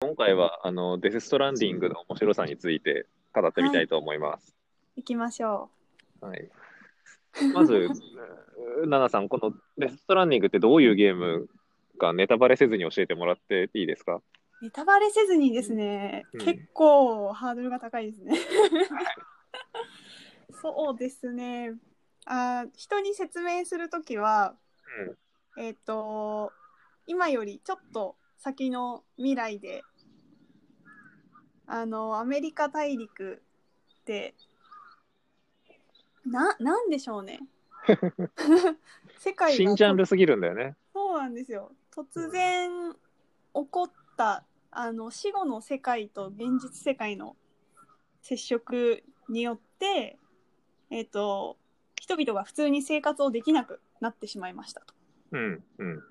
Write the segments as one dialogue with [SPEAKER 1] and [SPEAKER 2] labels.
[SPEAKER 1] 今回はあのデス・ストランディングの面白さについて語ってみたいと思います。
[SPEAKER 2] 行きましょ
[SPEAKER 1] はい、まず、ナナさん、このデス・ストランディングってどういうゲームかネタバレせずに教えてもらっていいですか
[SPEAKER 2] う。ネタバレせずにですね、
[SPEAKER 1] うん
[SPEAKER 2] 結構ハードルが高いですね。そうですね。あ人に説明するときは、えっ、と、今よりちょっと先の未来で、あの、アメリカ大陸で、な、なんでしょう ね。世界が
[SPEAKER 1] 新ジャンルすぎるんだよね。
[SPEAKER 2] そうなんですよ。突然起こった、あの死後の世界と現実世界の接触によって、えっ、と人々が普通に生活をできなくなってしまいましたと。
[SPEAKER 1] うん、うん、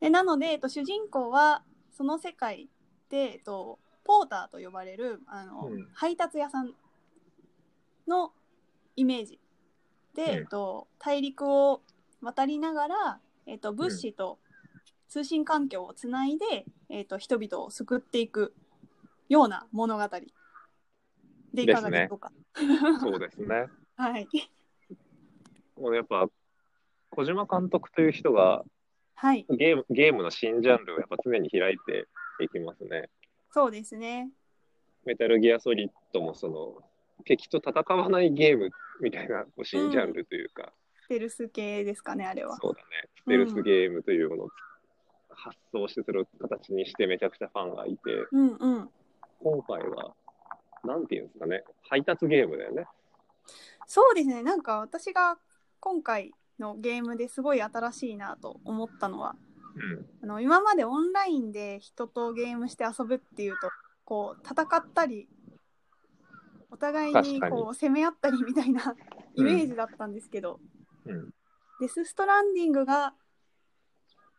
[SPEAKER 2] でなので、えっと主人公はその世界で、えっとポーターと呼ばれるあの、
[SPEAKER 1] うん
[SPEAKER 2] 配達屋さんのイメージで、
[SPEAKER 1] うん
[SPEAKER 2] えっと、大陸を渡りながら、えっと、物資と通信環境をつないで、えっと、人々を救っていくような物語でいかがでしょうか。
[SPEAKER 1] そうですね。
[SPEAKER 2] はい、
[SPEAKER 1] もうやっぱ小島監督という人が
[SPEAKER 2] はい、
[SPEAKER 1] ゲームゲームの新ジャンルをやっぱ常に開いていきますね。
[SPEAKER 2] そうですね。
[SPEAKER 1] メタルギアソリッドもその敵と戦わないゲームみたいなこう新ジャンルというか、
[SPEAKER 2] ステルス系ですかね、あれは。
[SPEAKER 1] そうだねステルスゲームというものを発想してそれを形にしてめちゃくちゃファンがいて
[SPEAKER 2] うんうん。
[SPEAKER 1] 今回はなんていうんですかね配達ゲームだよね。
[SPEAKER 2] そうですね。なんか私が今回のゲームですごい新しいなと思ったのは、あの今までオンラインで人とゲームして遊ぶっていうとこう戦ったりお互い
[SPEAKER 1] 確
[SPEAKER 2] に
[SPEAKER 1] かに
[SPEAKER 2] こう攻め合ったりみたいなイメージだったんですけど、
[SPEAKER 1] うんうん
[SPEAKER 2] デス・ストランディングが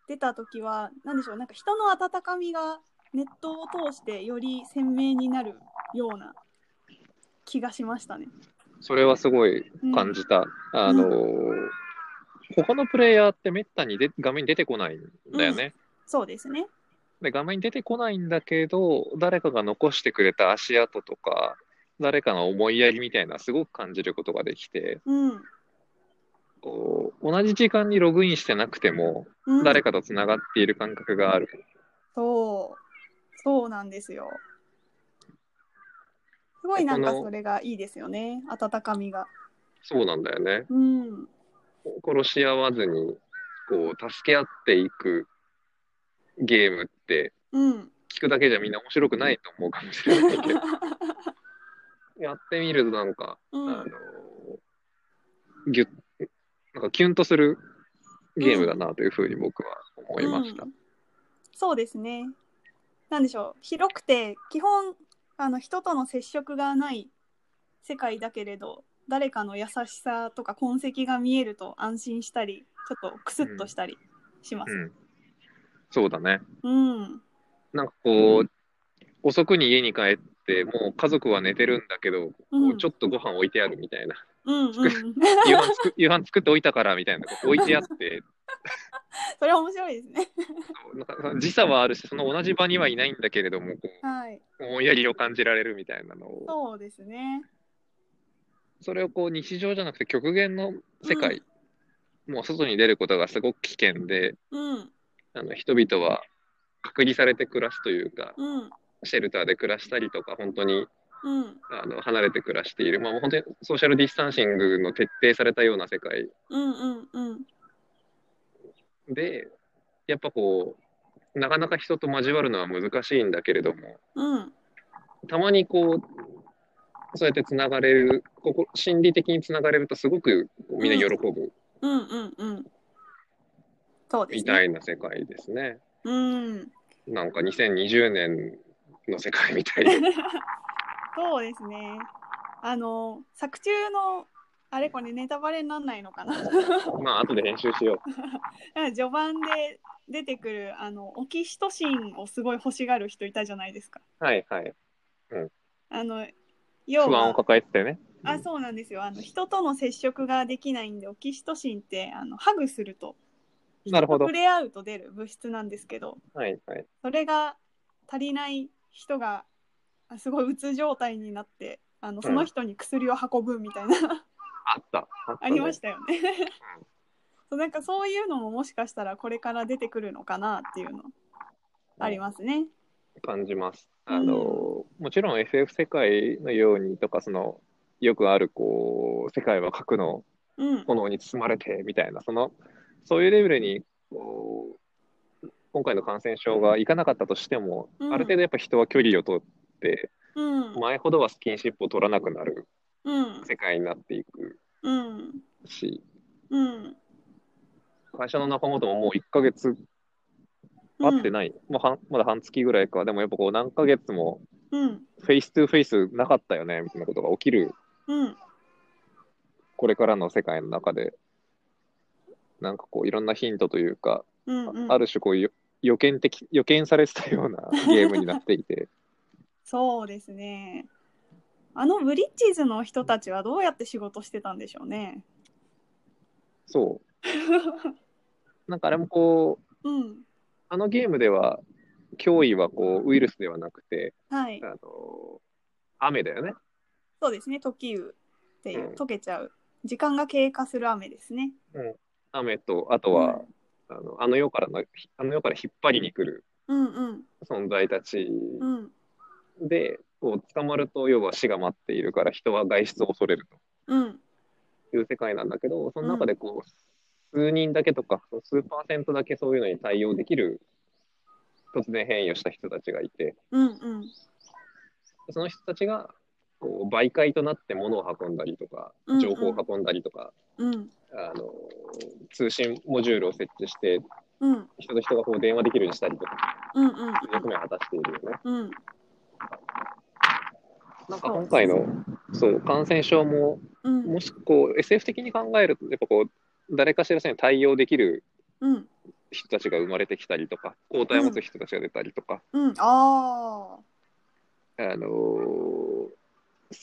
[SPEAKER 2] 出た時は何でしょうなんか人の温かみがネットを通してより鮮明になるような気がしましたね。
[SPEAKER 1] それはすごい
[SPEAKER 2] うん
[SPEAKER 1] 感じた。あのー他のプレイヤーってめったにで画面に出てこないんだよね。
[SPEAKER 2] そうですね。
[SPEAKER 1] で画面に出てこないんだけど誰かが残してくれた足跡とか誰かの思いやりみたいなすごく感じることができて
[SPEAKER 2] うん。
[SPEAKER 1] こう同じ時間にログインしてなくても
[SPEAKER 2] うん、
[SPEAKER 1] 誰かとつながっている感覚がある、
[SPEAKER 2] そう。そうなんですよ。すごいなんか
[SPEAKER 1] この
[SPEAKER 2] それがいいですよね。温かみが。
[SPEAKER 1] そうなんだよね
[SPEAKER 2] うん。
[SPEAKER 1] 殺し合わずにこう助け合っていくゲームって
[SPEAKER 2] うん。
[SPEAKER 1] 聞くだけじゃみんな面白くないと思うかもしれない けどやってみるとなんか
[SPEAKER 2] う
[SPEAKER 1] あの
[SPEAKER 2] ん。
[SPEAKER 1] ぎゅなんかキュンとするゲームだなというふうに僕は思いました。
[SPEAKER 2] うんそうですね。なんでしょう。広くて、基本、あの、人との接触がない世界だけれど、誰かの優しさとか痕跡が見えると安心したり、ちょっとクスッとしたりしま
[SPEAKER 1] う
[SPEAKER 2] す。
[SPEAKER 1] んそうだね。
[SPEAKER 2] うん。
[SPEAKER 1] なんかこう、遅くに家に帰って、もう家族は寝てるんだけど、こう
[SPEAKER 2] うん
[SPEAKER 1] ちょっとご飯置いてあるみたいな、
[SPEAKER 2] うん、うん。
[SPEAKER 1] 夕飯作夕飯作っておいたからみたいな、置いてあって、
[SPEAKER 2] それ面白いですね。
[SPEAKER 1] なんか時差はあるし、その同じ場にはいないんだけれども、こ
[SPEAKER 2] はい。
[SPEAKER 1] う思いやりを感じられるみたいなのを、
[SPEAKER 2] そうですね。
[SPEAKER 1] それをこう日常じゃなくて極限の世界、もう外に出ることがすごく危険で、
[SPEAKER 2] うん。
[SPEAKER 1] あの人々は隔離されて暮らすというか、
[SPEAKER 2] うん。
[SPEAKER 1] シェルターで暮らしたりとか、本当に
[SPEAKER 2] うん。
[SPEAKER 1] あの離れて暮らしている、まあ、本当にソーシャルディスタンシングの徹底されたような世界
[SPEAKER 2] うんうんうん
[SPEAKER 1] で、やっぱこう、なかなか人と交わるのは難しいんだけれども、
[SPEAKER 2] うん
[SPEAKER 1] たまにこう、そうやってつながれる、ここ心理的につながれると、すごくこうみんな喜ぶ
[SPEAKER 2] うんうんうんそうで
[SPEAKER 1] み
[SPEAKER 2] す
[SPEAKER 1] た
[SPEAKER 2] ね。
[SPEAKER 1] いな世界ですね。
[SPEAKER 2] うん。
[SPEAKER 1] なんか2020年の世界みたい な。
[SPEAKER 2] そうですね。あの作中のあれこれネタバレにならないのかな。
[SPEAKER 1] まあ、後で練習しよう。
[SPEAKER 2] 序盤で出てくるあのオキシトシンをすごい欲しがる人いたじゃないですか。
[SPEAKER 1] はいはい。
[SPEAKER 2] あの
[SPEAKER 1] 不
[SPEAKER 2] 要
[SPEAKER 1] 安を
[SPEAKER 2] は
[SPEAKER 1] 抱えてたよね。
[SPEAKER 2] あそうなんですよ。あの人との接触ができないんでオキシトシンってあのハグすると
[SPEAKER 1] なるほど
[SPEAKER 2] 触。れ合うと出る物質なんですけど、
[SPEAKER 1] はいはい。
[SPEAKER 2] それが足りない人があすごいうつ状態になってあの
[SPEAKER 1] ん
[SPEAKER 2] その人に薬を運ぶみたいな、
[SPEAKER 1] あった。あった
[SPEAKER 2] あ
[SPEAKER 1] ね
[SPEAKER 2] りましたよね。そうなんかそういうのももしかしたらこれから出てくるのかなっていうのありますね。
[SPEAKER 1] 感じます。あの、もちろん SF 世界のようにとか、その、よくある、こう、世界は核の
[SPEAKER 2] うん。
[SPEAKER 1] 炎に包まれてみたいな、その、そういうレベルに、こう、今回の感染症がいかなかったとしても、
[SPEAKER 2] うん
[SPEAKER 1] ある程度やっぱ人は距離を取って、
[SPEAKER 2] うん。
[SPEAKER 1] 前ほどはスキンシップを取らなくなる
[SPEAKER 2] うん。
[SPEAKER 1] 世界になっていく
[SPEAKER 2] うん。
[SPEAKER 1] し、
[SPEAKER 2] うん。
[SPEAKER 1] 会社の仲間とももう1ヶ月会ってない、もう半まだ半月ぐらいか、でもやっぱこう何ヶ月も
[SPEAKER 2] うん。
[SPEAKER 1] フェイス2フェイスなかったよねみたいなことが起きる
[SPEAKER 2] うん。
[SPEAKER 1] これからの世界の中で、なんかこう、いろんなヒントというか、
[SPEAKER 2] うん。うん。
[SPEAKER 1] ある種こうよ、予見的、予見されてたよう なゲームになっていて、
[SPEAKER 2] そうですね。あのブリッジズの人たちはどうやって仕事してたんでしょうね。
[SPEAKER 1] そう。なんかあれもこう、
[SPEAKER 2] うん。
[SPEAKER 1] あのゲームでは、脅威はこう、ウイルスではなくて、
[SPEAKER 2] はい
[SPEAKER 1] あ。の、雨だよね。
[SPEAKER 2] そうですね。時雨っていう、
[SPEAKER 1] うん
[SPEAKER 2] 溶けちゃう。時間が経過する雨ですね。
[SPEAKER 1] 雨と、あとは、あのあの世からの、あの世から引っ張りに来る
[SPEAKER 2] うんうん
[SPEAKER 1] 存在たち
[SPEAKER 2] うん
[SPEAKER 1] で、こう捕まると、要は死が待っているから、人は外出を恐れると。
[SPEAKER 2] うん
[SPEAKER 1] いう世界なんだけど、その中でこう、数人だけとか、数パーセントだけそういうのに対応できる、突然変異をした人たちがいて、
[SPEAKER 2] うんうん
[SPEAKER 1] その人たちが、こう、媒介となって物を運んだりとか
[SPEAKER 2] うんう、ん
[SPEAKER 1] 情報を運んだりとか、
[SPEAKER 2] うん
[SPEAKER 1] あの、通信モジュールを設置して、
[SPEAKER 2] うん
[SPEAKER 1] 人と人がこう電話できるようにしたりとか、
[SPEAKER 2] うんうん
[SPEAKER 1] 役目を果たしているよね。
[SPEAKER 2] うん
[SPEAKER 1] なんか今回の、そう、感染症も、
[SPEAKER 2] うん
[SPEAKER 1] もしこう、SF 的に考えると、やっぱこう、誰かしらそれに対応できる
[SPEAKER 2] うん
[SPEAKER 1] 人たちが生まれてきたりとか、抗体を持つ人たちが出たりとか、
[SPEAKER 2] うんああ
[SPEAKER 1] あのー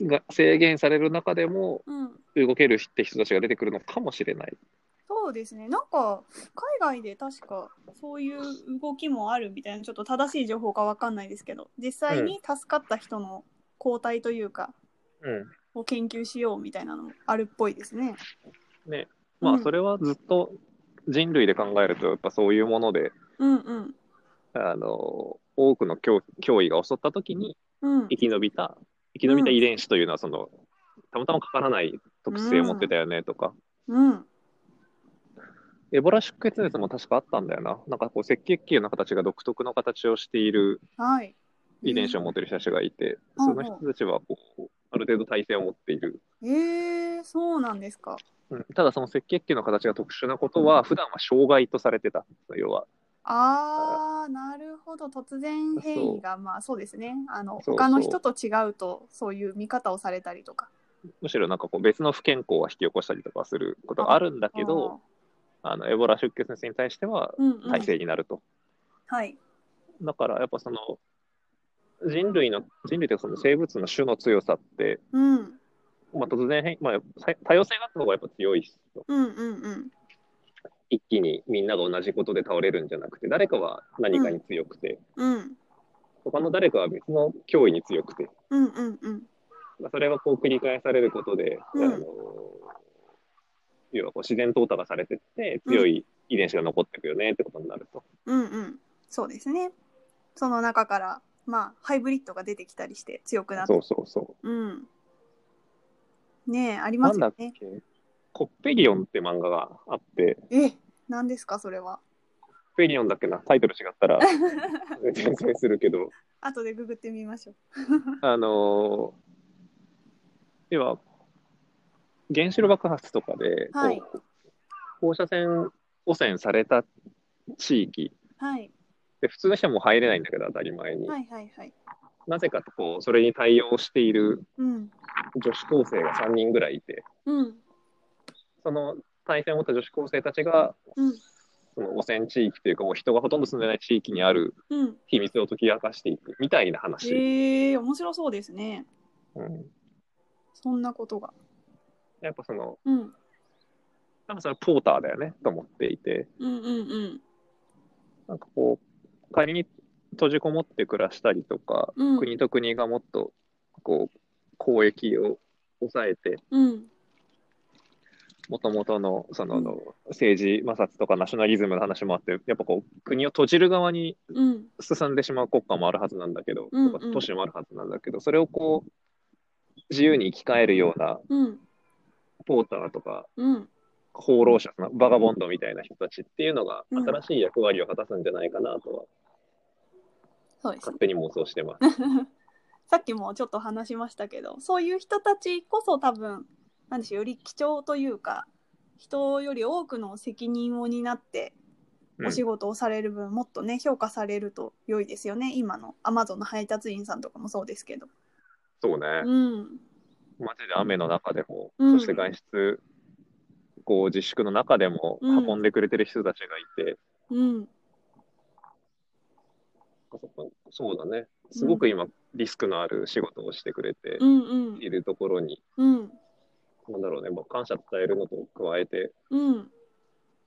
[SPEAKER 1] が制限される中でも
[SPEAKER 2] うん
[SPEAKER 1] 動けるって人たちが出てくるのかもしれない。
[SPEAKER 2] そうですねなんか海外で確かそういう動きもあるみたいなちょっと正しい情報かわかんないですけど実際に助かった人の抗体というか
[SPEAKER 1] うん。
[SPEAKER 2] を研究しようみたいなのもあるっぽいですね。
[SPEAKER 1] ね。まあ、
[SPEAKER 2] うん
[SPEAKER 1] それはずっと人類で考えると、やっぱそういうもので、
[SPEAKER 2] うんうん
[SPEAKER 1] あのー多くの脅脅威が襲った時に
[SPEAKER 2] うん
[SPEAKER 1] 生き延びた、生き延びた遺伝子というのは、その、たまたまかからない特性を持ってたよねとか、
[SPEAKER 2] うん
[SPEAKER 1] エボラ出血熱も確かあったんだよな。なんかこう、赤血球の形が独特の形をしている
[SPEAKER 2] はい
[SPEAKER 1] 遺伝子を持ってる人たちがいて、
[SPEAKER 2] うん
[SPEAKER 1] その人たちはこうある程度耐性を持っている、
[SPEAKER 2] えー、そうなんですか。
[SPEAKER 1] うんただその赤血球の形が特殊なことは普段は障害とされてた要は
[SPEAKER 2] あーなるほど突然変異がまあそうですねあの
[SPEAKER 1] そう
[SPEAKER 2] 他の人と違うとそういう見方をされたりとか
[SPEAKER 1] むしろなんかこう別の不健康は引き起こしたりとかすることがあるんだけどあのエボラ出血熱に対しては
[SPEAKER 2] うんうん
[SPEAKER 1] 耐性になると、
[SPEAKER 2] はい
[SPEAKER 1] だからやっぱその人類の人類というかその生物の種の強さって、
[SPEAKER 2] うんうん
[SPEAKER 1] まあ、突然変異、まあ、多多様性があった方がやっぱ強いし
[SPEAKER 2] うんうん
[SPEAKER 1] 一気にみんなが同じことで倒れるんじゃなくて誰かは何かに強くて、
[SPEAKER 2] うん
[SPEAKER 1] 他の誰かは別の脅威に強くて、
[SPEAKER 2] うんうんうん
[SPEAKER 1] まあ、それがこう繰り返されることで、
[SPEAKER 2] うん
[SPEAKER 1] あの要はこう自然淘汰がされてって強い遺伝子が残っていくよねってことになると、
[SPEAKER 2] うんうんそうですねその中からまあハイブリッドが出てきたりして強くなって、
[SPEAKER 1] そうそうそう
[SPEAKER 2] ん、ねえあり
[SPEAKER 1] うな
[SPEAKER 2] ま
[SPEAKER 1] ん
[SPEAKER 2] す
[SPEAKER 1] だ
[SPEAKER 2] よ
[SPEAKER 1] っけ
[SPEAKER 2] ね
[SPEAKER 1] コッペリオンって漫画があって
[SPEAKER 2] え何ですかそれは
[SPEAKER 1] コッペリオンだっけなタイトル違ったら 説明するけど
[SPEAKER 2] 後でググってみましょう
[SPEAKER 1] あの要は原子炉爆発とかで、こう
[SPEAKER 2] はい
[SPEAKER 1] 放射線汚染された地域
[SPEAKER 2] はい
[SPEAKER 1] で普通の人はもう入れないんだけど当たり前に、
[SPEAKER 2] はいはいはい
[SPEAKER 1] なぜかとこうそれに対応している
[SPEAKER 2] うん
[SPEAKER 1] 女子高生が3人ぐらいいて
[SPEAKER 2] うん
[SPEAKER 1] その対戦を持った女子高生たちが、
[SPEAKER 2] うん
[SPEAKER 1] その汚染地域というかもう人がほとんど住んでない地域にある
[SPEAKER 2] うん
[SPEAKER 1] 秘密を解き明かしていくみたいな話、
[SPEAKER 2] ええ面白そうですね。
[SPEAKER 1] うん、
[SPEAKER 2] そんなことが。
[SPEAKER 1] やっぱその
[SPEAKER 2] うん。
[SPEAKER 1] なんかそれポーターだよねと思っていて
[SPEAKER 2] うんうんうん。
[SPEAKER 1] なんかこう仮に閉じこもって暮らしたりとか、
[SPEAKER 2] うん
[SPEAKER 1] 国と国がもっとこう交易を抑えて
[SPEAKER 2] うん
[SPEAKER 1] もともとのその
[SPEAKER 2] うん
[SPEAKER 1] 政治摩擦とかナショナリズムの話もあってやっぱこう国を閉じる側に
[SPEAKER 2] うん
[SPEAKER 1] 進んでしまう国家もあるはずなんだけど、
[SPEAKER 2] うんうん
[SPEAKER 1] とか都市もあるはずなんだけどそれをこう自由に生き返るような
[SPEAKER 2] うん
[SPEAKER 1] ポーターとか
[SPEAKER 2] うん
[SPEAKER 1] 放浪者バガボンドみたいな人たちっていうのが
[SPEAKER 2] うん
[SPEAKER 1] 新しい役割を果たすんじゃないかなとは
[SPEAKER 2] そうですね
[SPEAKER 1] 勝手に妄想してます。
[SPEAKER 2] さっきもちょっと話しましたけどそういう人たちこそ多分なんでしょうより貴重というか人より多くの責任を担って
[SPEAKER 1] うん
[SPEAKER 2] お仕事をされる分、もっとね評価されると良いですよね今のアマゾンの配達員さんとかもそうですけど。
[SPEAKER 1] そうね、
[SPEAKER 2] うん
[SPEAKER 1] マジで雨の中でも、
[SPEAKER 2] うん
[SPEAKER 1] そして外出こう自粛の中でも
[SPEAKER 2] うん
[SPEAKER 1] 運んでくれてる人たちがいて、
[SPEAKER 2] うん
[SPEAKER 1] そうだねすごく今リスクのある仕事をしてくれて
[SPEAKER 2] うんうん
[SPEAKER 1] いるところに、
[SPEAKER 2] うん
[SPEAKER 1] なんだろうね、まあ、感謝伝えるのと加えて
[SPEAKER 2] うん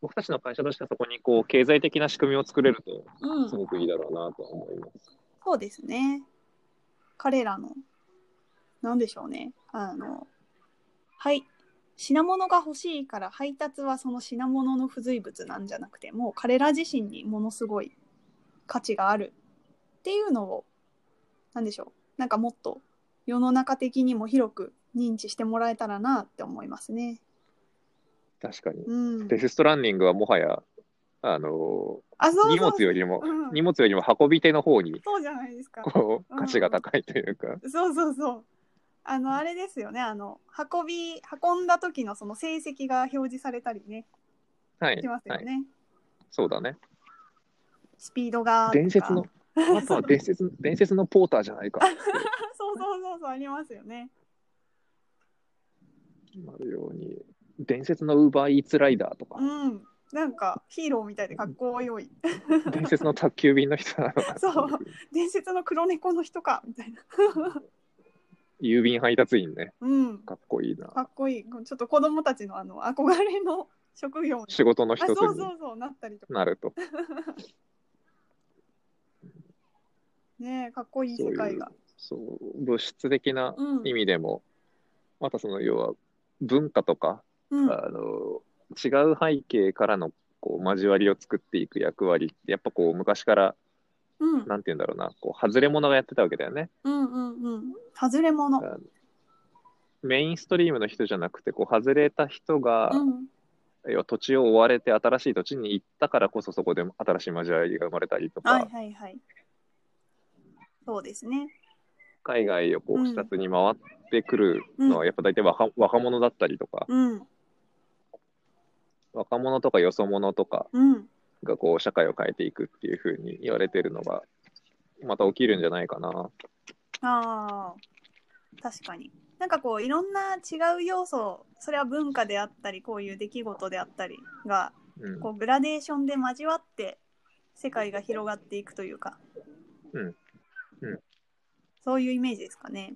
[SPEAKER 1] 僕たちの会社としてはそこにこう経済的な仕組みを作れると
[SPEAKER 2] うん
[SPEAKER 1] すごくいいだろうなとは思います。
[SPEAKER 2] そうですね。彼らの、なんでしょうね。あの、はい。品物が欲しいから配達はその品物の付随物なんじゃなくて、もう彼ら自身にものすごい価値があるっていうのを、なんでしょう。なんかもっと世の中的にも広く認知してもらえたらなって思いますね。
[SPEAKER 1] 確かに
[SPEAKER 2] うん。
[SPEAKER 1] デスストランディングはもはやあの
[SPEAKER 2] あ、そうそう
[SPEAKER 1] 荷物よりも、
[SPEAKER 2] うん
[SPEAKER 1] 荷物よりも運び手の方に
[SPEAKER 2] そうじゃないですか。
[SPEAKER 1] こう価値が高いというか、
[SPEAKER 2] そうそうそう。あの、あれですよね。あの、運び、運んだ時のその成績が表示されたりね、
[SPEAKER 1] はい
[SPEAKER 2] します
[SPEAKER 1] は
[SPEAKER 2] よ
[SPEAKER 1] い、
[SPEAKER 2] ね。
[SPEAKER 1] そうだね
[SPEAKER 2] スピードが。
[SPEAKER 1] 伝説の。あとは伝説の伝説のポーターじゃないか
[SPEAKER 2] そうそうそうそう、ありますよね。
[SPEAKER 1] なるように伝説のウーバーイーツライダーとか
[SPEAKER 2] う、ん。なんか、ヒーローみたいでかっこよい。
[SPEAKER 1] 伝説の宅急便の人なのか
[SPEAKER 2] そう伝説の黒猫の人か、みたいな。
[SPEAKER 1] 郵便配達員ね
[SPEAKER 2] うん。
[SPEAKER 1] かっこいい
[SPEAKER 2] か
[SPEAKER 1] な
[SPEAKER 2] っこいい。ちょっと子供たちのあの、憧れ の職業に。
[SPEAKER 1] 仕事の
[SPEAKER 2] あ、
[SPEAKER 1] 一つ
[SPEAKER 2] そう
[SPEAKER 1] に
[SPEAKER 2] そうそう、なったりとか。
[SPEAKER 1] なると
[SPEAKER 2] ねえかっこいい
[SPEAKER 1] そう
[SPEAKER 2] 世
[SPEAKER 1] いう
[SPEAKER 2] 界が。
[SPEAKER 1] そう物質的な
[SPEAKER 2] うん。
[SPEAKER 1] 意味でも、またその要は文化とか、
[SPEAKER 2] うん。
[SPEAKER 1] あの違う背景からのこう交わりを作っていく役割ってやっぱこう昔から
[SPEAKER 2] うん。
[SPEAKER 1] なんて言うんだろうなこう外れ者がやってたわけだよね。
[SPEAKER 2] うん。うん。うん。外れ者。
[SPEAKER 1] あのメインストリームの人じゃなくてこう外れた人が、
[SPEAKER 2] うん。
[SPEAKER 1] 要は土地を追われて新しい土地に行ったからこそそこで新しい交わりが生まれたりとか、
[SPEAKER 2] はいはいはい。そうですね。
[SPEAKER 1] 海外をこ
[SPEAKER 2] う
[SPEAKER 1] うん視察に回ってくるのはやっぱ大体若,、若者だったりとか
[SPEAKER 2] うん。
[SPEAKER 1] 若者とかよそ者とか
[SPEAKER 2] うん。
[SPEAKER 1] がこう社会を変えていくっていうふうに言われてるのがまた起きるんじゃないかな。
[SPEAKER 2] ああ。確かに。なんかこういろんな違う要素、それは文化であったり、こういう出来事であったりが、
[SPEAKER 1] うん
[SPEAKER 2] こうグラデーションで交わって世界が広がっていくというか。
[SPEAKER 1] うんうん
[SPEAKER 2] そういうイメージですかね。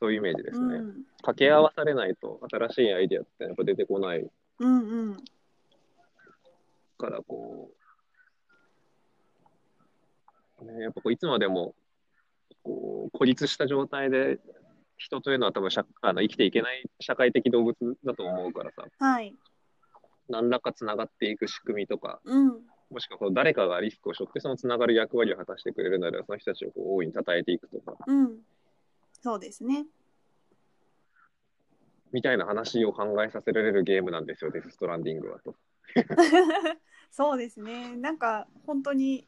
[SPEAKER 1] そういうイメージですね、
[SPEAKER 2] うん。
[SPEAKER 1] 掛け合わされないと新しいアイディアってやっぱ出てこない
[SPEAKER 2] うんうん。
[SPEAKER 1] からこう、ね、やっぱこういつまでもこう孤立した状態で人というのは多分社あの生きていけない社会的動物だと思うからさ
[SPEAKER 2] はい。
[SPEAKER 1] 何らかつながっていく仕組みとか
[SPEAKER 2] うん。
[SPEAKER 1] もしくはこう誰かがリスクを背負ってそのつながる役割を果たしてくれるならその人たちをこう大いに称えていくとか
[SPEAKER 2] うん。そうですね。
[SPEAKER 1] みたいな話を考えさせられるゲームなんですよデス・ストランディングはと。
[SPEAKER 2] そうですね。なんか本当に、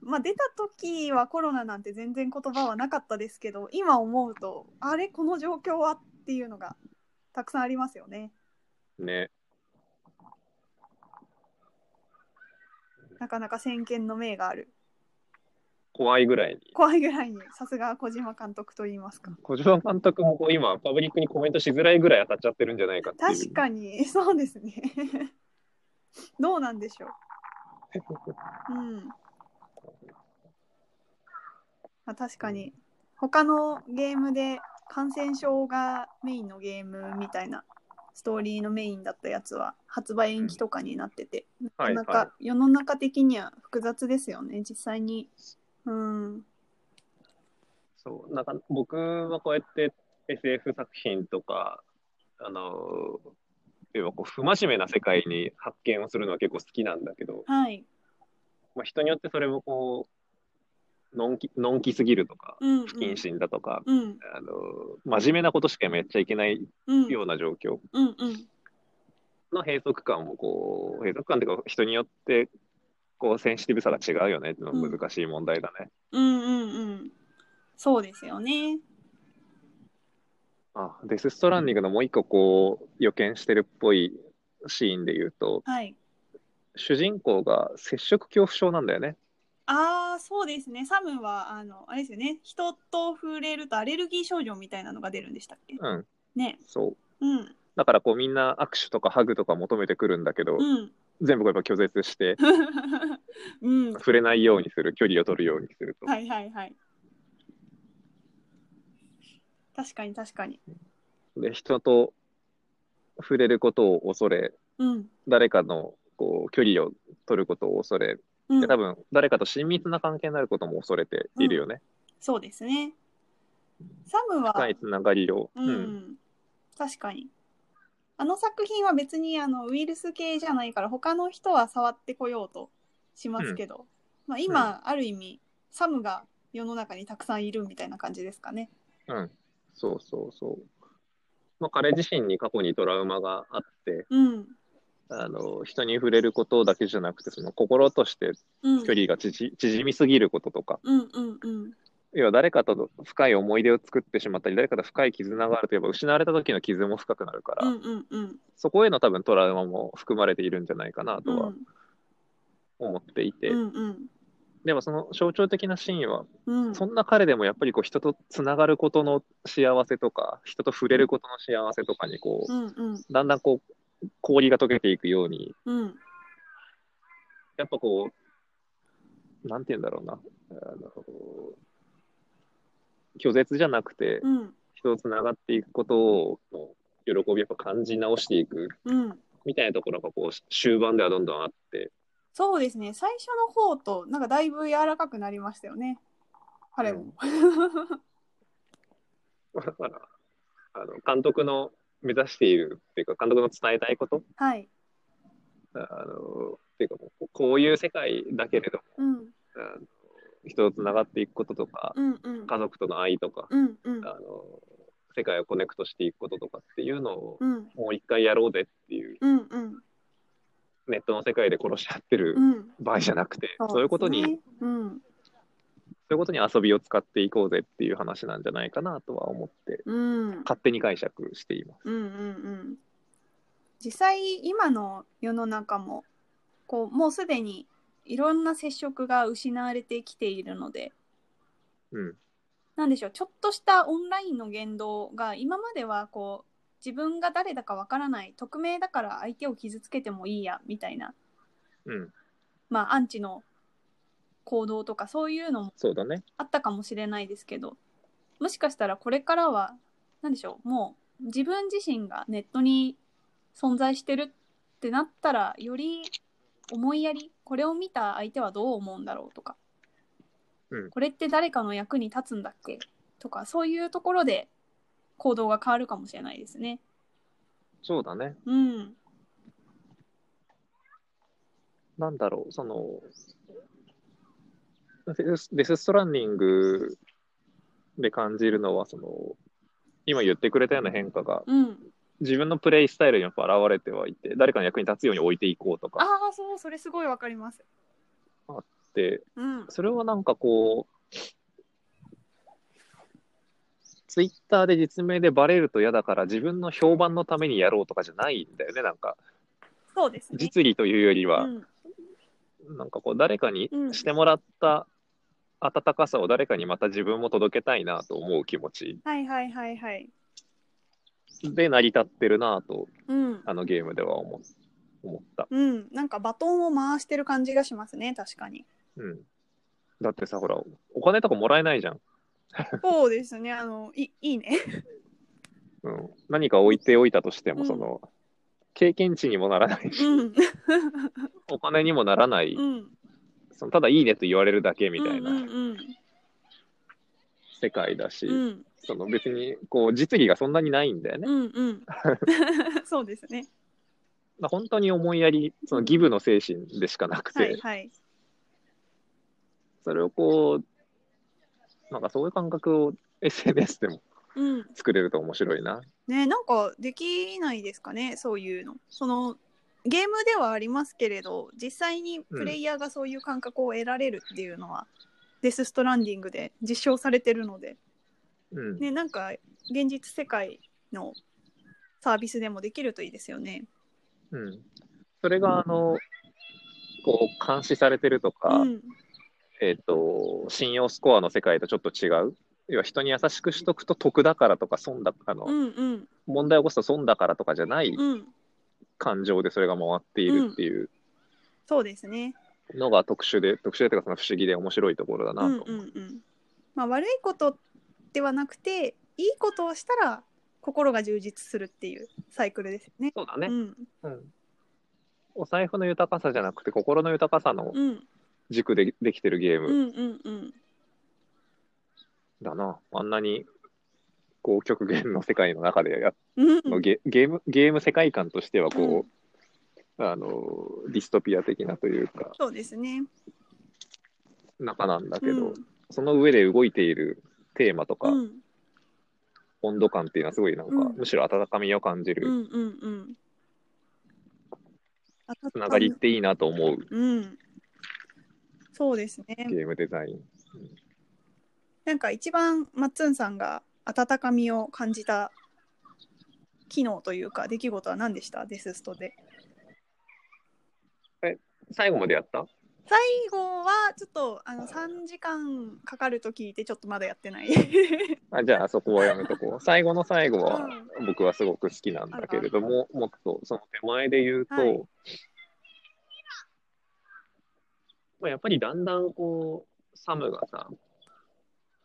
[SPEAKER 2] まあ、出た時はコロナなんて全然言葉はなかったですけど、今思うと、あれ、この状況はっていうのがたくさんありますよね。
[SPEAKER 1] ね。
[SPEAKER 2] なかなか先見の明がある。
[SPEAKER 1] 怖いぐらいに。
[SPEAKER 2] 怖いぐらいに、さすが小島監督と言いますか。
[SPEAKER 1] 小島監督もこう今パブリックにコメントしづらいぐらい当たっちゃってるんじゃないかっていう。
[SPEAKER 2] 確かに、そうですね。どうなんでしょう。うん。まあ、確かに、他のゲームで感染症がメインのゲームみたいな、ストーリーのメインだったやつは、発売延期とかになってて、
[SPEAKER 1] はい
[SPEAKER 2] なかな
[SPEAKER 1] はい
[SPEAKER 2] か世の中的には複雑ですよね。実際にうん。
[SPEAKER 1] そう、なんか僕はこうやって SF 作品とか、あの、要はこう不真面目な世界に発見をするのは結構好きなんだけど、
[SPEAKER 2] はい。
[SPEAKER 1] まあ、人によってそれもこう、のんき、のんきすぎるとか、
[SPEAKER 2] うん、うん。
[SPEAKER 1] 不謹慎だとか、
[SPEAKER 2] うん。
[SPEAKER 1] あの、真面目なことしかめっちゃいけない
[SPEAKER 2] うん。
[SPEAKER 1] ような状況
[SPEAKER 2] うん。うん。
[SPEAKER 1] の閉塞感もこう、閉塞感っていうか人によって、こう、センシティブさが違うよねっていうのは難しい問題だね。
[SPEAKER 2] うん。うん。うん。そうですよね。
[SPEAKER 1] あ、デス・ストランディングのもう一個こう予見してるっぽいシーンで言うと、
[SPEAKER 2] はい。
[SPEAKER 1] 主人公が接触恐怖症なんだよね。
[SPEAKER 2] ああ、そうですね。サムは、あの、あれですよね。人と触れるとアレルギー症状みたいなのが出るんでしたっけ
[SPEAKER 1] うん、
[SPEAKER 2] ね。
[SPEAKER 1] そう。
[SPEAKER 2] うん。
[SPEAKER 1] だからこうみんな握手とかハグとか求めてくるんだけど、
[SPEAKER 2] うん。
[SPEAKER 1] 全部こうやっぱ拒絶して、
[SPEAKER 2] うん。
[SPEAKER 1] 触れないようにする、距離を取るようにすると。
[SPEAKER 2] はいはいはい。確かに確かに。
[SPEAKER 1] で、人と触れることを恐れ、
[SPEAKER 2] うん。
[SPEAKER 1] 誰かのこう距離を取ることを恐れ、
[SPEAKER 2] う
[SPEAKER 1] で
[SPEAKER 2] ん
[SPEAKER 1] 多、分誰かと親密な関係になることも恐れているよね。
[SPEAKER 2] そうですね。サムは、
[SPEAKER 1] 深いつながりを。
[SPEAKER 2] うん、
[SPEAKER 1] うん
[SPEAKER 2] 確かに。あの作品は別にあのウイルス系じゃないから他の人は触ってこようとしますけど、まあ、今、ある意味サムが世の中にたくさんいるみたいな感じですかね。
[SPEAKER 1] うん、そうそうそう。まあ、彼自身に過去にトラウマがあって
[SPEAKER 2] うん。
[SPEAKER 1] あの人に触れることだけじゃなくてその心として
[SPEAKER 2] うん。
[SPEAKER 1] 距離が縮縮みすぎることとか
[SPEAKER 2] うんうんうん。
[SPEAKER 1] 要は誰かとの深い思い出を作ってしまったり誰かと深い絆があるといえば失われた時の傷も深くなるから、
[SPEAKER 2] うんうんうん。
[SPEAKER 1] そこへの多分トラウマも含まれているんじゃないかな
[SPEAKER 2] う
[SPEAKER 1] とは
[SPEAKER 2] ん
[SPEAKER 1] 思っていて、
[SPEAKER 2] うんうん
[SPEAKER 1] でもその象徴的なシーンは
[SPEAKER 2] うん。
[SPEAKER 1] そんな彼でもやっぱりこう人とつながることの幸せとか人と触れることの幸せとかにこう
[SPEAKER 2] うんうん
[SPEAKER 1] だんだんこう氷が溶けていくように
[SPEAKER 2] うん。
[SPEAKER 1] やっぱこうなんて言うんだろうなあの拒絶じゃなくて
[SPEAKER 2] うん
[SPEAKER 1] 人とつながっていくことをの喜びをやっぱ感じ直していく
[SPEAKER 2] うん。
[SPEAKER 1] みたいなところがこう終盤ではどんどんあって
[SPEAKER 2] そうですね。最初の方と、なんかだいぶ柔らかくなりましたよね。彼も。
[SPEAKER 1] だからあの監督の目指しているっていうか監督の伝えたいこと
[SPEAKER 2] はい。
[SPEAKER 1] あのっていうかもうこういう世界だけれども
[SPEAKER 2] うん。
[SPEAKER 1] あの人とつながっていくこととか
[SPEAKER 2] うんうん。
[SPEAKER 1] 家族との愛とか
[SPEAKER 2] うんうん。
[SPEAKER 1] あの世界をコネクトしていくこととかっていうのを
[SPEAKER 2] うん
[SPEAKER 1] もう一回やろうぜっていう
[SPEAKER 2] うんうん。
[SPEAKER 1] ネットの世界で殺し合ってる
[SPEAKER 2] うん。
[SPEAKER 1] 場合じゃなくて、そういうことに
[SPEAKER 2] です
[SPEAKER 1] そう
[SPEAKER 2] ね。うん。
[SPEAKER 1] いうことに遊びを使っていこうぜっていう話なんじゃないかなとは思って
[SPEAKER 2] うん。
[SPEAKER 1] 勝手に解釈しています。
[SPEAKER 2] うんうんうん実際今の世の中もこうもうすでにいろんな接触が失われてきているので
[SPEAKER 1] うん
[SPEAKER 2] なんでしょうちょっとしたオンラインの言動が今まではこう自分が誰だかわからない匿名だから相手を傷つけてもいいやみたいな、
[SPEAKER 1] うん、
[SPEAKER 2] まあ、アンチの行動とかそういうのも
[SPEAKER 1] そうだね。
[SPEAKER 2] あったかもしれないですけどもしかしたらこれからは何でしょうもう自分自身がネットに存在してるってなったらより思いやりこれを見た相手はどう思うんだろうとか、
[SPEAKER 1] うん
[SPEAKER 2] これって誰かの役に立つんだっけとかそういうところで行動が変わるかもしれないですね。
[SPEAKER 1] そうだね。
[SPEAKER 2] うん、
[SPEAKER 1] なんだろう、その、デスデスストランディングで感じるのは、その、今言ってくれたような変化が
[SPEAKER 2] うん、
[SPEAKER 1] 自分のプレイスタイルにやっぱ現れてはいて、誰かの役に立つように置いていこうと
[SPEAKER 2] あ
[SPEAKER 1] か
[SPEAKER 2] あそうそれすごいわかります。
[SPEAKER 1] って、
[SPEAKER 2] うん、
[SPEAKER 1] それはなんかこう、ツイッターで実名でバレると嫌だから自分の評判のためにやろうとかじゃないんだよね、なんか。
[SPEAKER 2] そうですね。
[SPEAKER 1] 実利というよりは
[SPEAKER 2] う、ん
[SPEAKER 1] なんかこう、誰かに
[SPEAKER 2] うん
[SPEAKER 1] してもらった温かさを誰かにまた自分も届けたいなと思う気持ち
[SPEAKER 2] はいはいはいはい。
[SPEAKER 1] で成り立ってるなと、
[SPEAKER 2] うん
[SPEAKER 1] あのゲームでは思思った。
[SPEAKER 2] うん、なんかバトンを回してる感じがしますね、確かに。
[SPEAKER 1] うん。だってさ、ほら、お金とかもらえないじゃん。
[SPEAKER 2] そうですね、あの、いい いね。
[SPEAKER 1] うん。何か置いておいたとして
[SPEAKER 2] う
[SPEAKER 1] も、
[SPEAKER 2] ん
[SPEAKER 1] その、経験値にもならないし、
[SPEAKER 2] うん、
[SPEAKER 1] お金にもならない
[SPEAKER 2] うん、
[SPEAKER 1] そのただいいねと言われるだけみ
[SPEAKER 2] み
[SPEAKER 1] たい
[SPEAKER 2] うん
[SPEAKER 1] な
[SPEAKER 2] うん
[SPEAKER 1] 世界だし、
[SPEAKER 2] うん
[SPEAKER 1] その別にこう実技がそんなにないんだよね。
[SPEAKER 2] うんうん そうですね
[SPEAKER 1] まあ本当に思いやりその義務の精神でしかなくて、
[SPEAKER 2] はいはい
[SPEAKER 1] それをこうなんかそういう感覚を SNS でも
[SPEAKER 2] うん
[SPEAKER 1] 作れると面白いな。
[SPEAKER 2] ねなんかできないですかねそういうのそのゲームではありますけれど実際にプレイヤーがそういう感覚を得られるっていうのは、デス・ストランディングで実証されてるので
[SPEAKER 1] うん
[SPEAKER 2] ねなんか現実世界のサービスでもできるといいですよね。
[SPEAKER 1] うん、それがあのこう監視されてると
[SPEAKER 2] う
[SPEAKER 1] か、
[SPEAKER 2] ん、
[SPEAKER 1] えっと信用スコアの世界とちょっと違う要は人に優しくしとくと得だからとか損だあの、
[SPEAKER 2] うんうん
[SPEAKER 1] 問題を起こすと損だからとかじゃない
[SPEAKER 2] うん
[SPEAKER 1] 感情でそれが回っているっていう
[SPEAKER 2] そうですね。
[SPEAKER 1] のが特殊で、特殊でというかその不思議で面白いところだな
[SPEAKER 2] う
[SPEAKER 1] と
[SPEAKER 2] ん
[SPEAKER 1] 思う。
[SPEAKER 2] うんうんまあ、悪いことではなくていいことをしたら心が充実するっていうサイクルですよね。
[SPEAKER 1] そうだね、
[SPEAKER 2] うん
[SPEAKER 1] うん、お財布の豊かさじゃなくて心の豊かさの
[SPEAKER 2] うん
[SPEAKER 1] 軸でできてるゲーム
[SPEAKER 2] うんうんうん
[SPEAKER 1] だな、あんなにこう極限の世界の中でやっ
[SPEAKER 2] うん
[SPEAKER 1] のゲゲームゲーム世界観としては
[SPEAKER 2] うん
[SPEAKER 1] こう、あのディストピア的なというか
[SPEAKER 2] そうですね。
[SPEAKER 1] 中なんだけ
[SPEAKER 2] う
[SPEAKER 1] ど、
[SPEAKER 2] ん
[SPEAKER 1] その上で動いているテーマとか、
[SPEAKER 2] うん
[SPEAKER 1] 温度感っていうのはすごいなんか、
[SPEAKER 2] うん
[SPEAKER 1] むしろ温かみを感じ
[SPEAKER 2] う
[SPEAKER 1] る
[SPEAKER 2] んうんうん。
[SPEAKER 1] つながりっていいなと思う
[SPEAKER 2] うん。そうですね。
[SPEAKER 1] ゲームデザイン。
[SPEAKER 2] なんか一番マッツンさんが温かみを感じた機能というか出来事は何でしたデスストで。
[SPEAKER 1] 最後までやった
[SPEAKER 2] 最後はちょっとあの3時間かかると聞いてちょっとまだやってない。
[SPEAKER 1] あじゃあそこはやめとこう。最後の最後は
[SPEAKER 2] う
[SPEAKER 1] 僕はすごく好きなんだけれども、もっとその手前で言うと、
[SPEAKER 2] はい
[SPEAKER 1] まあ、やっぱりだんだんこう、サムがさ、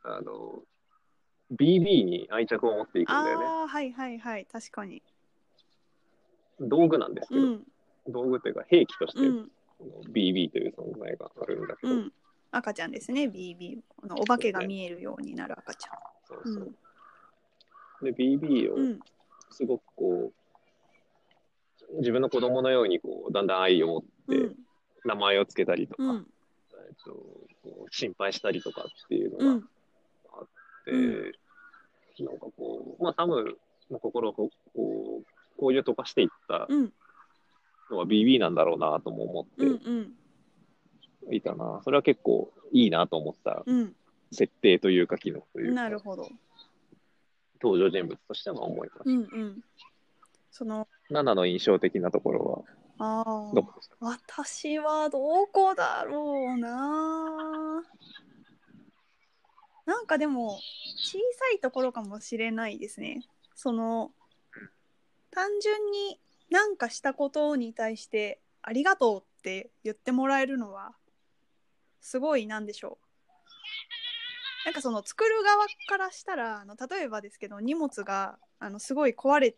[SPEAKER 1] あの、BB に愛着を持っていくんだよね。
[SPEAKER 2] ああはいはいはい確かに。
[SPEAKER 1] 道具なんですけ
[SPEAKER 2] う
[SPEAKER 1] ど、
[SPEAKER 2] ん
[SPEAKER 1] 道具というか兵器として
[SPEAKER 2] う、ん
[SPEAKER 1] この BB という存在があるんだけ
[SPEAKER 2] う
[SPEAKER 1] ど、
[SPEAKER 2] ん。赤ちゃんですね BB このお化けが見えるようになる赤ちゃ。
[SPEAKER 1] そうん
[SPEAKER 2] う
[SPEAKER 1] そ
[SPEAKER 2] ん
[SPEAKER 1] う。で、BB を、
[SPEAKER 2] うん
[SPEAKER 1] すごくこう自分の子供のようにこうだんだん愛を持って
[SPEAKER 2] うん
[SPEAKER 1] 名前をつけたりとか、
[SPEAKER 2] う
[SPEAKER 1] えっ
[SPEAKER 2] ん
[SPEAKER 1] と、こう心配したりとかっていうのが
[SPEAKER 2] う
[SPEAKER 1] あっ
[SPEAKER 2] ん
[SPEAKER 1] て、
[SPEAKER 2] う
[SPEAKER 1] なんかこう、まあ、サムの心をこうこう交流溶かしていった
[SPEAKER 2] うん
[SPEAKER 1] のは BB なんだろうなとも思
[SPEAKER 2] うん
[SPEAKER 1] っ
[SPEAKER 2] うん
[SPEAKER 1] ていたな、それは結構いいなと思った
[SPEAKER 2] うん
[SPEAKER 1] 設定というか機能という
[SPEAKER 2] な
[SPEAKER 1] か
[SPEAKER 2] るほど。
[SPEAKER 1] 登場人物としては思います、
[SPEAKER 2] うんうん。その
[SPEAKER 1] ナナの印象的なところ
[SPEAKER 2] あ
[SPEAKER 1] はど
[SPEAKER 2] あ
[SPEAKER 1] こですか
[SPEAKER 2] 私はどこだろうな。なんかでも小さいところかもしれないですね。その単純に何かしたことに対してありがとうって言ってもらえるのはすごいなんでしょう。なんかその作る側からしたらあの例えばですけど荷物があのすごい壊れ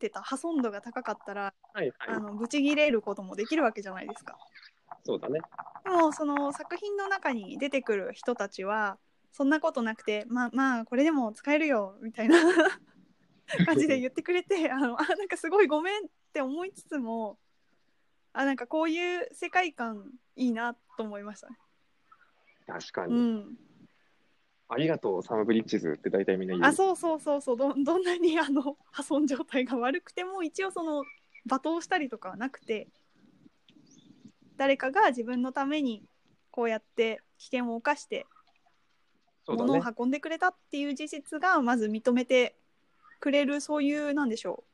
[SPEAKER 2] てた破損度が高かったら
[SPEAKER 1] はい
[SPEAKER 2] あ
[SPEAKER 1] はい、
[SPEAKER 2] のブチギレることもできるわけじゃないですか。
[SPEAKER 1] そうだね。
[SPEAKER 2] でもその作品の中に出てくる人たちはそんなことなくてまあまあこれでも使えるよみたいな 感じで言ってくれてあのあなんかすごいごめんって思いつつもあなんかこういう世界観いいなと思いましたね。
[SPEAKER 1] 確かに。
[SPEAKER 2] うん、
[SPEAKER 1] ありがとう、サムブリッジズって大体みんな言う。
[SPEAKER 2] あそうそうそうそうどどん なにあの破損状態が悪くても一応その罵倒したりとかはなくて誰かが自分のためにこうやって危険を冒して
[SPEAKER 1] そうだ
[SPEAKER 2] 物
[SPEAKER 1] ね
[SPEAKER 2] を。運んでくれたっていう事実がまず認めてくれるそういうなんでしょう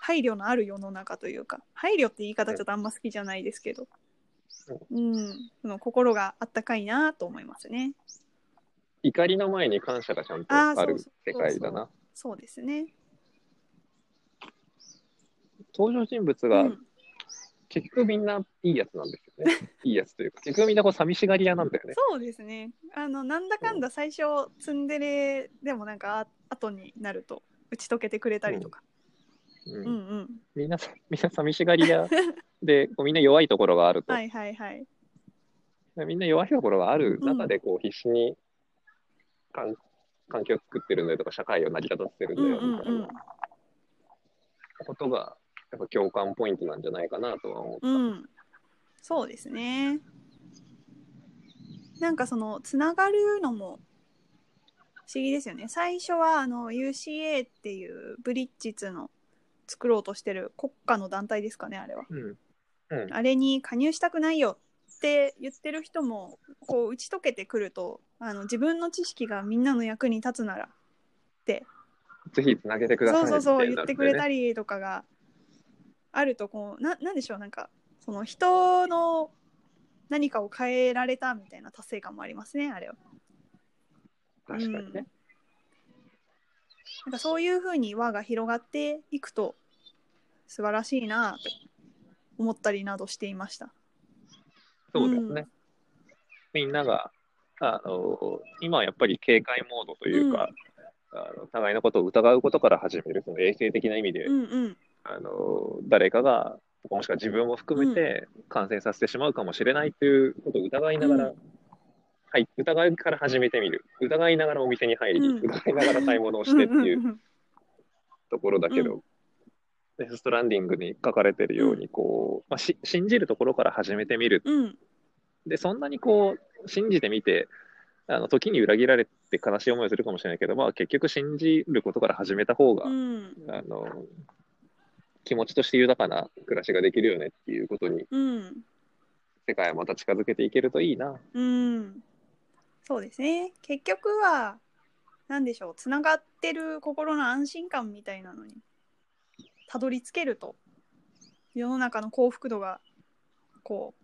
[SPEAKER 2] 配慮のある世の中というか配慮って言い方ちょっとあんま好きじゃないですけど、
[SPEAKER 1] そう
[SPEAKER 2] うん、その心があったかいなと思いますね。
[SPEAKER 1] 怒りの前に感謝がちゃんと
[SPEAKER 2] あー
[SPEAKER 1] ある
[SPEAKER 2] そうそう
[SPEAKER 1] 世界だな。
[SPEAKER 2] そうですね。
[SPEAKER 1] 登場人物
[SPEAKER 2] う
[SPEAKER 1] が
[SPEAKER 2] ん、
[SPEAKER 1] 結局みんないいやつなんですよね。 いいやつというか、結局みんなこう寂しがり屋なんだよね。
[SPEAKER 2] そうですね。あのなんだかんだ最初ツンデレでもなんかあ後になると打ち解けてくれたりとか。
[SPEAKER 1] う
[SPEAKER 2] うん
[SPEAKER 1] ん
[SPEAKER 2] うん。
[SPEAKER 1] みん なさみんな寂しがり屋でこうみんな弱いところがあると、
[SPEAKER 2] はいはいはい。
[SPEAKER 1] みんな弱いところがある中で、こう、必死に環環境を作ってるんだよとか、社会を成り立たせてるんだ
[SPEAKER 2] うん
[SPEAKER 1] よ
[SPEAKER 2] うん
[SPEAKER 1] みた
[SPEAKER 2] う
[SPEAKER 1] い
[SPEAKER 2] ん
[SPEAKER 1] なことが、やっぱ共感ポイントなんじゃないかなとは思った。
[SPEAKER 2] うん、そうですね。なんかそのつながるのも不思議ですよね。最初はあの UCA っていうブリッジツの作ろうとしてる国家の団体ですかねあれは。
[SPEAKER 1] うん。うん。
[SPEAKER 2] あれに加入したくないよって言ってる人もこう打ち解けてくるとあの自分の知識がみんなの役に立つなら
[SPEAKER 1] ぜひつなげてください
[SPEAKER 2] そうそうそ
[SPEAKER 1] み
[SPEAKER 2] う言
[SPEAKER 1] たい
[SPEAKER 2] ってくれた
[SPEAKER 1] り。
[SPEAKER 2] りとかがあるとこうななんでしょうなんかその人の何かを変えられたみたいな達成感もありますねあれは。
[SPEAKER 1] 確かに
[SPEAKER 2] うん
[SPEAKER 1] ね。
[SPEAKER 2] なんかそういうふうに輪が広がっていくと素晴らしいなと思ったりなどしていました。
[SPEAKER 1] そうですね。みんなが、あの、今はやっぱり警戒モードというか、あの互いのことを疑うことから始める、その衛生的な意味で、
[SPEAKER 2] うんうん
[SPEAKER 1] あの誰かが、もしくは自分も含めて感染させてしまうかもしれないということを疑いながら、
[SPEAKER 2] う
[SPEAKER 1] はい、疑いから始めてみる、疑いながらお店に入り、
[SPEAKER 2] うん
[SPEAKER 1] 疑いながら買い物をしてって
[SPEAKER 2] うんうん
[SPEAKER 1] いう
[SPEAKER 2] うん
[SPEAKER 1] ところだけど、
[SPEAKER 2] う
[SPEAKER 1] デス・ストランディングに書かれてるようにこう、まあ、し信じるところから始めてみる
[SPEAKER 2] うん
[SPEAKER 1] でそんなにこう信じてみてあの時に裏切られて悲しい思いをするかもしれないけど、まあ、結局信じることから始めた方が、
[SPEAKER 2] うん
[SPEAKER 1] あの気持ちとして豊かな暮らしができるよねっていうことに
[SPEAKER 2] うん
[SPEAKER 1] 世界をまた近づけていけるといいな。
[SPEAKER 2] うん、そうですね結局は何でしょうつながってる心の安心感みたいなのにたどり着けると世の中の幸福度がこ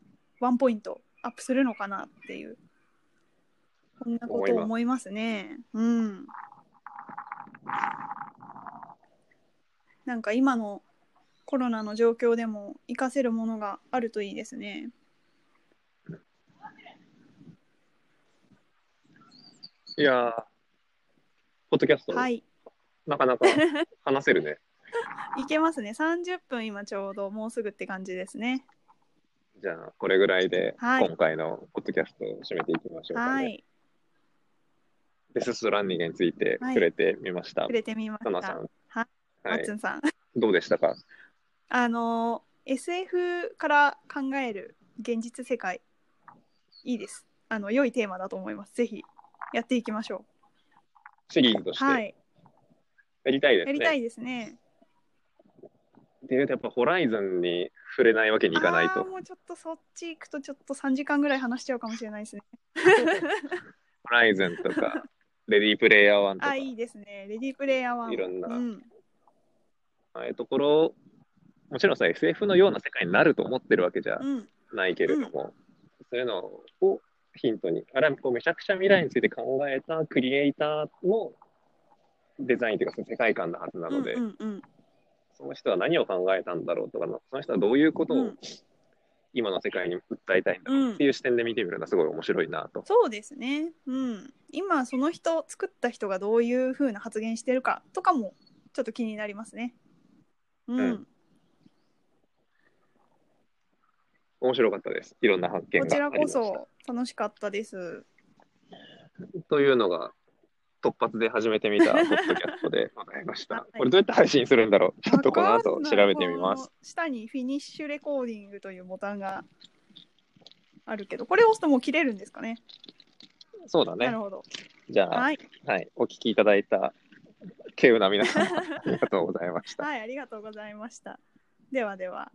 [SPEAKER 2] うワンポイントアップするのかなっていうこんなことを思いますね。うん、なんか今のコロナの状況でも活かせるものがあるといいですね。
[SPEAKER 1] いやー、ポッドキャスト、
[SPEAKER 2] はい
[SPEAKER 1] なかな か話せるね。
[SPEAKER 2] いけますね。30分今ちょうどもうすぐって感じですね。
[SPEAKER 1] じゃあ、これぐらいで
[SPEAKER 2] はい
[SPEAKER 1] 今回のポッドキャストを締めていきましょうか
[SPEAKER 2] は
[SPEAKER 1] ね。
[SPEAKER 2] い。
[SPEAKER 1] デス・ストランディングについて触れてみました。
[SPEAKER 2] 触れてみま
[SPEAKER 1] サナ
[SPEAKER 2] し
[SPEAKER 1] さ
[SPEAKER 2] た。
[SPEAKER 1] ん、
[SPEAKER 2] はマ
[SPEAKER 1] は
[SPEAKER 2] ッ
[SPEAKER 1] い
[SPEAKER 2] ツ、ンさん。
[SPEAKER 1] どうでしたか
[SPEAKER 2] あのー、SF から考える現実世界、いいです。あの、良いテーマだと思います。ぜひやっていきましょ
[SPEAKER 1] シリーズと
[SPEAKER 2] う。
[SPEAKER 1] して
[SPEAKER 2] は
[SPEAKER 1] や
[SPEAKER 2] い。
[SPEAKER 1] りたいです
[SPEAKER 2] や
[SPEAKER 1] ね。
[SPEAKER 2] りたいですね。
[SPEAKER 1] っていうと、やっぱホライズンに触れないわけにいかない
[SPEAKER 2] あー
[SPEAKER 1] と。
[SPEAKER 2] もうちょっとそっち行くとちょっと3時間ぐらい話しちゃうかもしれないですね。
[SPEAKER 1] ホライズンと か、レディープレイヤー1とか、
[SPEAKER 2] あ、いいですね。レディープレイヤー1。
[SPEAKER 1] いろんな
[SPEAKER 2] うん。
[SPEAKER 1] ああいうところ、もちろんさ、SF のような世界になると思ってるわけじゃ
[SPEAKER 2] うん。
[SPEAKER 1] ないけれども、そういうのをヒントに、あれはこうめちゃくちゃ未来について考えたクリエイターのデザインというか、その世界観なはずな
[SPEAKER 2] な
[SPEAKER 1] ので、
[SPEAKER 2] うんうんうん。
[SPEAKER 1] その人は何を考えたんだろうとか、その人はどういうこと
[SPEAKER 2] う
[SPEAKER 1] を
[SPEAKER 2] ん
[SPEAKER 1] 今の世界に訴えたいんだろうっていう視点で見てみるのはすごい面白いなと。
[SPEAKER 2] そうですね。うん。今その人作った人がどういう風な発言してるかとかもちょっと気になりますね。うん。
[SPEAKER 1] うん面白かったです。いろんな発見が
[SPEAKER 2] こちら
[SPEAKER 1] ありま
[SPEAKER 2] こ
[SPEAKER 1] した。
[SPEAKER 2] そ楽しかったです。
[SPEAKER 1] というのが突発で始めてみ たポッドキャストでございまし
[SPEAKER 2] は
[SPEAKER 1] た
[SPEAKER 2] い。
[SPEAKER 1] これどうやって配信するんだろうちょっとこの後
[SPEAKER 2] わかんない
[SPEAKER 1] 調べてみます。。
[SPEAKER 2] 下にフィニッシュレコーディングというボタンがあるけど、これを押すともう切れるんですかね。
[SPEAKER 1] そうだ
[SPEAKER 2] な
[SPEAKER 1] ね
[SPEAKER 2] る。ほど。
[SPEAKER 1] じゃあ、は、
[SPEAKER 2] はいい。
[SPEAKER 1] お聞きいただいた、稀有な皆さん、ありがとうございました。
[SPEAKER 2] はい、ありがとうございました。ではでは。